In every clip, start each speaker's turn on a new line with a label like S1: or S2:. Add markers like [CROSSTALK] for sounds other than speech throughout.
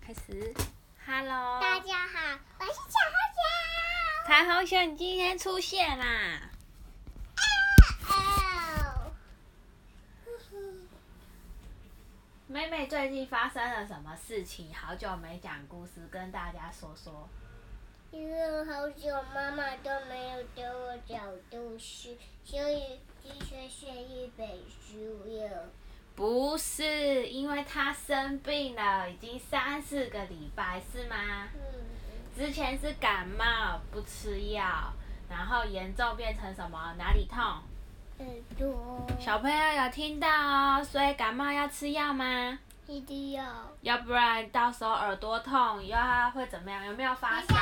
S1: 开始。Hello，
S2: 大家好，我是小黑
S1: 才好想你今天出现啦！
S2: 熊。哦
S1: 妹妹最近发生了什么事情？好久没讲故事，跟大家说说。
S2: 因为好久妈妈都没有给我讲故事，所以今天是一本书了。
S1: 不是，因为她生病了，已经三四个礼拜是吗？
S2: 嗯，
S1: 之前是感冒不吃药，然后严重变成什么？哪里痛？
S2: 很多。
S1: 小朋友有听到哦，所以感冒要吃药吗？
S2: 一定要。
S1: 要不然到时候耳朵痛，又要会怎么样？有没有发烧？，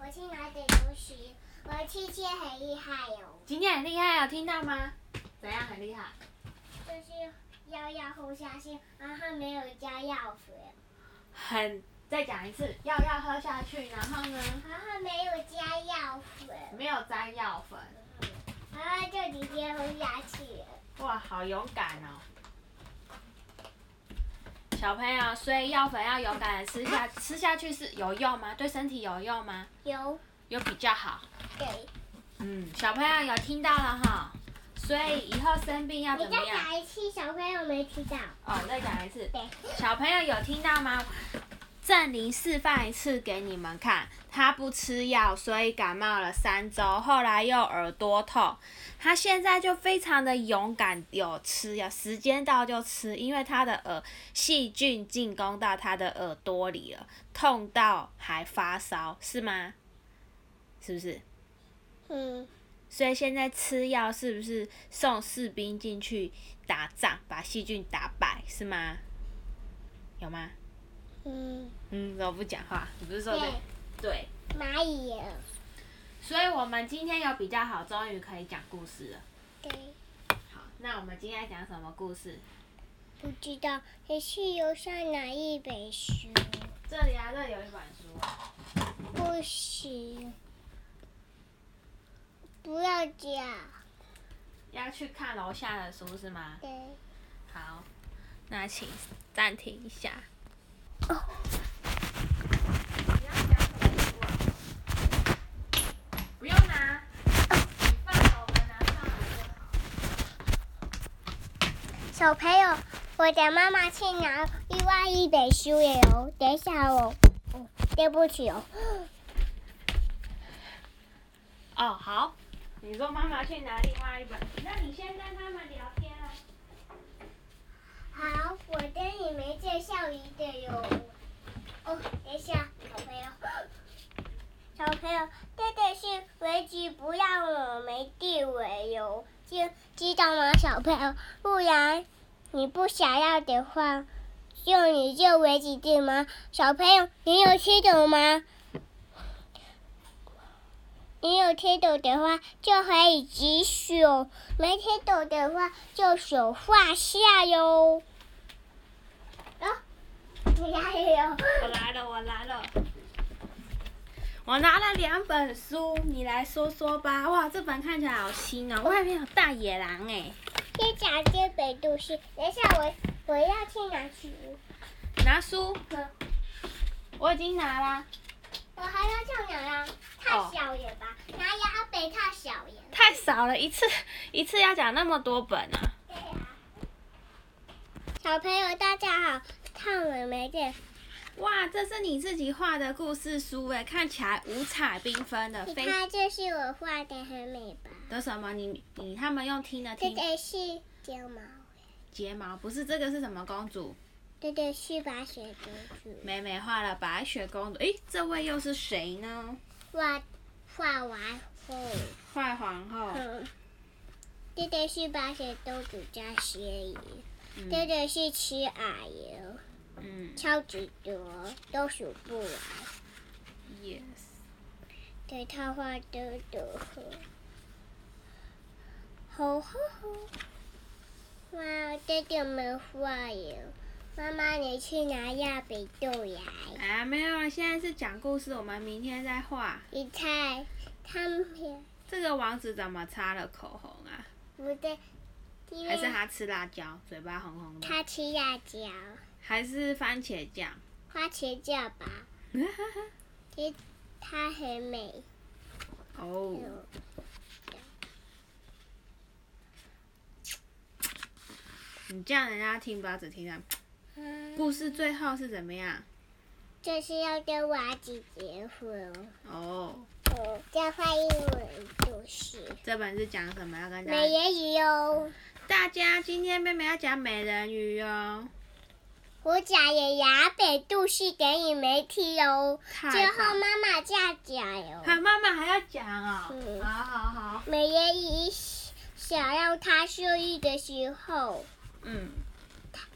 S2: 我去拿点东西。我今天很厉害哦，
S1: 今天很厉害，有啊听到吗？怎样很厉害？
S2: 就是要要互相信，然后没有加药水，
S1: 很，再讲一次，药要喝下去，然后呢，
S2: 然后没有加药水，
S1: 没有沾药粉，
S2: 然后就直接喝下去。
S1: 哇，好勇敢哦！小朋友，所以药粉要勇敢的吃下，吃下去是有用吗？对身体有用吗？
S2: 有
S1: 有比较好。
S2: 给。
S1: 嗯，小朋友有听到了哈，所以以后生病要怎
S2: 你
S1: 么
S2: 再
S1: 样？
S2: 讲一次，小朋友没听到。
S1: 哦，再讲一次。
S2: 对，
S1: 小朋友有听到吗？郑林示范一次给你们看，他不吃药，所以感冒了三周，后来又耳朵痛，他现在就非常的勇敢，有吃药，时间到就吃，因为他的耳细菌进攻到他的耳朵里了，痛到还发烧，是吗？是不是？
S2: 嗯，
S1: 所以现在吃药是不是送士兵进去打仗，把细菌打败，是吗？有吗？
S2: 嗯，
S1: 嗯，怎么不讲话？你不是说
S2: 对
S1: 对？，对。
S2: 蚂蚁也，
S1: 所以我们今天有比较好，终于可以讲故事了。
S2: 对，
S1: 好，那我们今天讲什么故事？
S2: 不知道你是由上哪一本书？
S1: 这里啊，这里有一本书啊。
S2: 不行，不要讲。
S1: 要去看楼下的书是吗？
S2: 对，
S1: 好，那请暂停一下。
S2: 哦，
S1: 你要讲什么书啊？不用拿，你放手的拿上来就好。
S2: 小朋友，我的妈妈去拿另外一本书了哦。等一下哦，哦对不起哦。
S1: 哦，好。你说妈妈去拿另外一本，那你先跟他们聊天啊。
S2: 好，我跟你们介绍一个哟。哦，等一下，小朋友，小朋友，这个是围棋，不让我们地位哟，知知道吗，小朋友？不然你不想要的话，就你就围棋地吗？小朋友，你有听懂吗？你有听懂的话，就可以举手；没听懂的话，就手画下哟。啊，你来了
S1: 我来了，我来了。我拿了两本书，你来说说吧。哇，这本看起来好新哦，外面有大野狼哎。
S2: 先讲这本故事，等一下我我要去拿书，
S1: 拿书，我已经拿啦。
S2: 我还要上哪啊？太小了吧，拿牙本太小了。
S1: 太少了，一次一次要讲那么多本啊。
S2: 对啊小朋友，大家好，看我们这
S1: 哇，这是你自己画的故事书哎，看起来五彩缤纷的，
S2: 你
S1: 非
S2: 看，这是我画的，很美吧？
S1: 有什么？你你他们用听的
S2: 这
S1: 听
S2: 个是睫毛，
S1: 睫毛，不是这个是什么公主？
S2: 这个是白雪公主。
S1: 美美画了白雪公主，诶，这位又是谁呢？
S2: 画画完后，
S1: 坏皇后。
S2: 嗯，这个是白雪公主加雪姨，
S1: 嗯
S2: 这个是七阿姨，
S1: 嗯
S2: 超级多，都数不完。
S1: ，yes。
S2: 对，她画的多，吼吼吼！哇，这个没画耶。妈妈，你去拿亚比豆来。
S1: 啊，没有了，现在是讲故事，我们明天再画。
S2: 你猜，他们
S1: 这个王子怎么擦了口红啊？
S2: 不对，因
S1: 还是
S2: 为
S1: 他吃辣椒，嘴巴红红的？
S2: 他吃辣椒。
S1: 还是番茄酱？ [LAUGHS]
S2: 花茄酱吧，其实它很美。
S1: 哦，你这样人家听不到，只听到。
S2: 嗯，
S1: 故事最后是怎么样？
S2: 就是要跟娃子结婚。
S1: 哦，
S2: 嗯，交换英文故事。
S1: 这本是讲什么？要跟大
S2: 美
S1: 家
S2: 人鱼哟，
S1: 大家今天妹妹要讲美人鱼哦。
S2: 我讲也牙北故事给你们听哟。
S1: 太
S2: 最
S1: 棒
S2: 后妈妈这样讲哟。
S1: 还有妈妈还要讲哦。
S2: 嗯
S1: 好好好。
S2: 美人鱼想让它受益的时候，
S1: 嗯，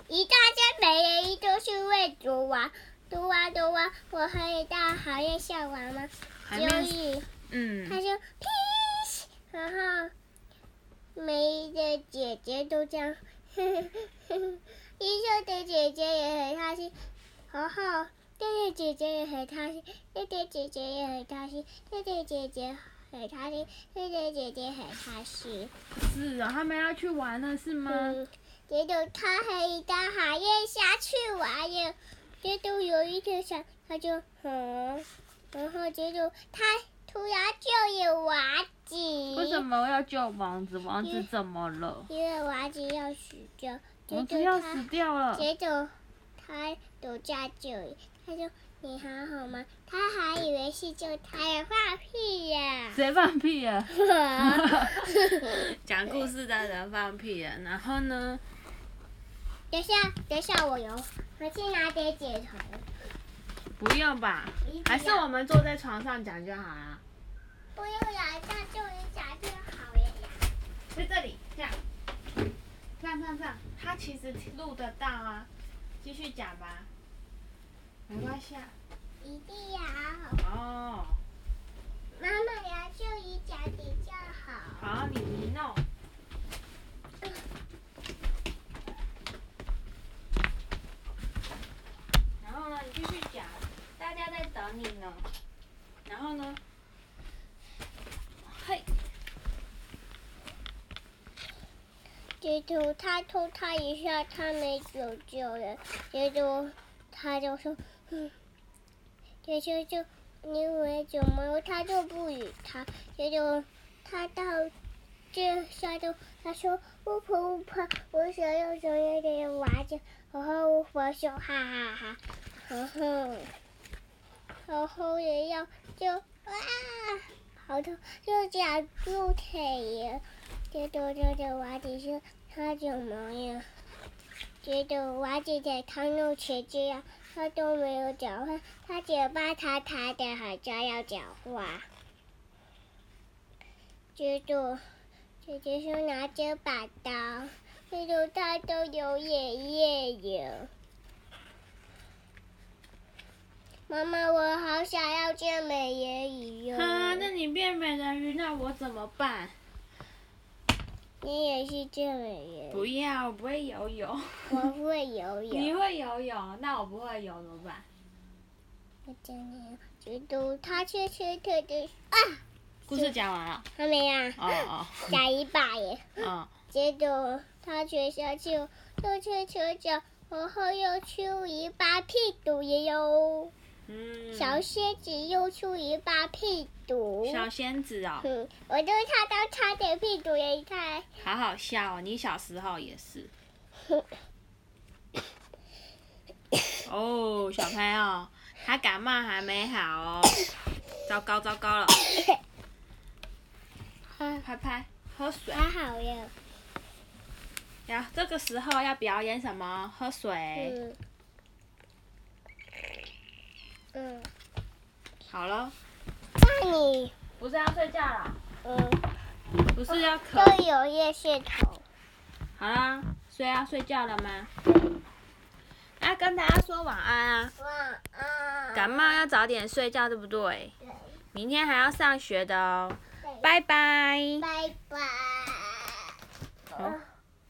S2: 一大家美人鱼都是为毒丸，毒丸毒丸，我可以到好院下玩吗？
S1: 还没
S2: 就
S1: 有。
S2: 是他
S1: 嗯，
S2: 说 peace，然后梅的姐姐都这样，呵呵呵医生的姐姐也很开心，然后弟弟姐姐也很开心，弟弟姐姐也很开心，弟弟姐姐很开心，弟弟姐姐很开心。
S1: 是哦，他们要去玩了是吗？
S2: 嗯，结果他还到海燕下去玩了，结果有一天想，他就嗯，然后结果他突然救了娃子，
S3: 为什么要救王子？王
S2: 因为
S3: 子怎么了？
S2: 因为娃子要死掉，结
S3: 王子要
S2: 果
S3: 死
S2: 他
S3: 掉了。
S2: 结果他留在这里，他说你还好吗？他还以为是救他的放
S3: [LAUGHS]
S2: 屁呀、
S3: 谁放屁啊？
S1: [LAUGHS]
S2: [LAUGHS]
S1: 讲故事的人放屁了，然后呢？
S2: 等一下，等一下，我有，我去拿点解头。
S1: 不用吧，还是我们坐在床上讲就好啦。
S2: 不用来大就一家就好了呀。
S1: 在这里，这样，这样这样这样，他其实录得到啊。继续讲吧，没关系啊。
S2: 一定要好
S1: 哦，
S2: 妈妈要就一家比较好。
S1: 好，你你弄。然后呢，你继续讲，大家在等你呢。然后呢？嘿，
S2: 结果他偷他一下，他没有救人，结果他就说，嗯，结果就因为怎么他就不理他，结果他到这下就他说巫婆巫婆，我想要小一点的娃子，然后巫婆说哈哈哈，然后然后也要就啊，好痛，又讲肉腿呀。这朵这朵娃子是它怎么呀？这朵娃子在看肉茄子呀，它都没有讲话，它嘴巴塌塌的，好像要讲话。这朵姐姐说拿着把刀，这朵它都有眼泪了。妈妈，我好想要见美人鱼哦哟、
S1: 啊，那你变美人鱼，那我怎么办？
S2: 你也是见美人
S1: 不
S2: 鱼，
S1: 要，我不会游泳。
S2: 我会游泳。
S1: 你会游泳，那我不会游怎么办？
S2: 我讲你，只读他去去特的啊，
S1: 故事讲完了。
S2: 还没啊，
S1: 哦哦
S2: 下一把耶。
S1: 哦，
S2: 结果他学校去，又去球场，然后又出一把屁股也有，
S1: 嗯。
S2: 小蝎子又出一把屁股。
S1: 小仙子哦，
S2: 嗯，我都看到他的屁股也 [COUGHS] 看。
S1: 好好笑哦！你小时候也 [LAUGHS] 是。哦，小朋友，他感冒还没好哦。糟糕糟糕了，
S2: 啊，
S1: 拍拍，喝水。
S2: 还好呀。
S1: 呀，这个时候要表演什么？喝水。
S2: 嗯。嗯，
S1: 好了，
S2: 那你，
S1: 不是要睡觉了，
S2: 嗯，
S1: 不是要咳。
S2: 都有叶线头。
S1: 好啦，所以要睡觉了吗？要跟大家说晚安啊。
S2: 晚安。
S1: 感冒要早点睡觉，对不对？明天还要上学的哦，拜拜。
S2: 拜拜。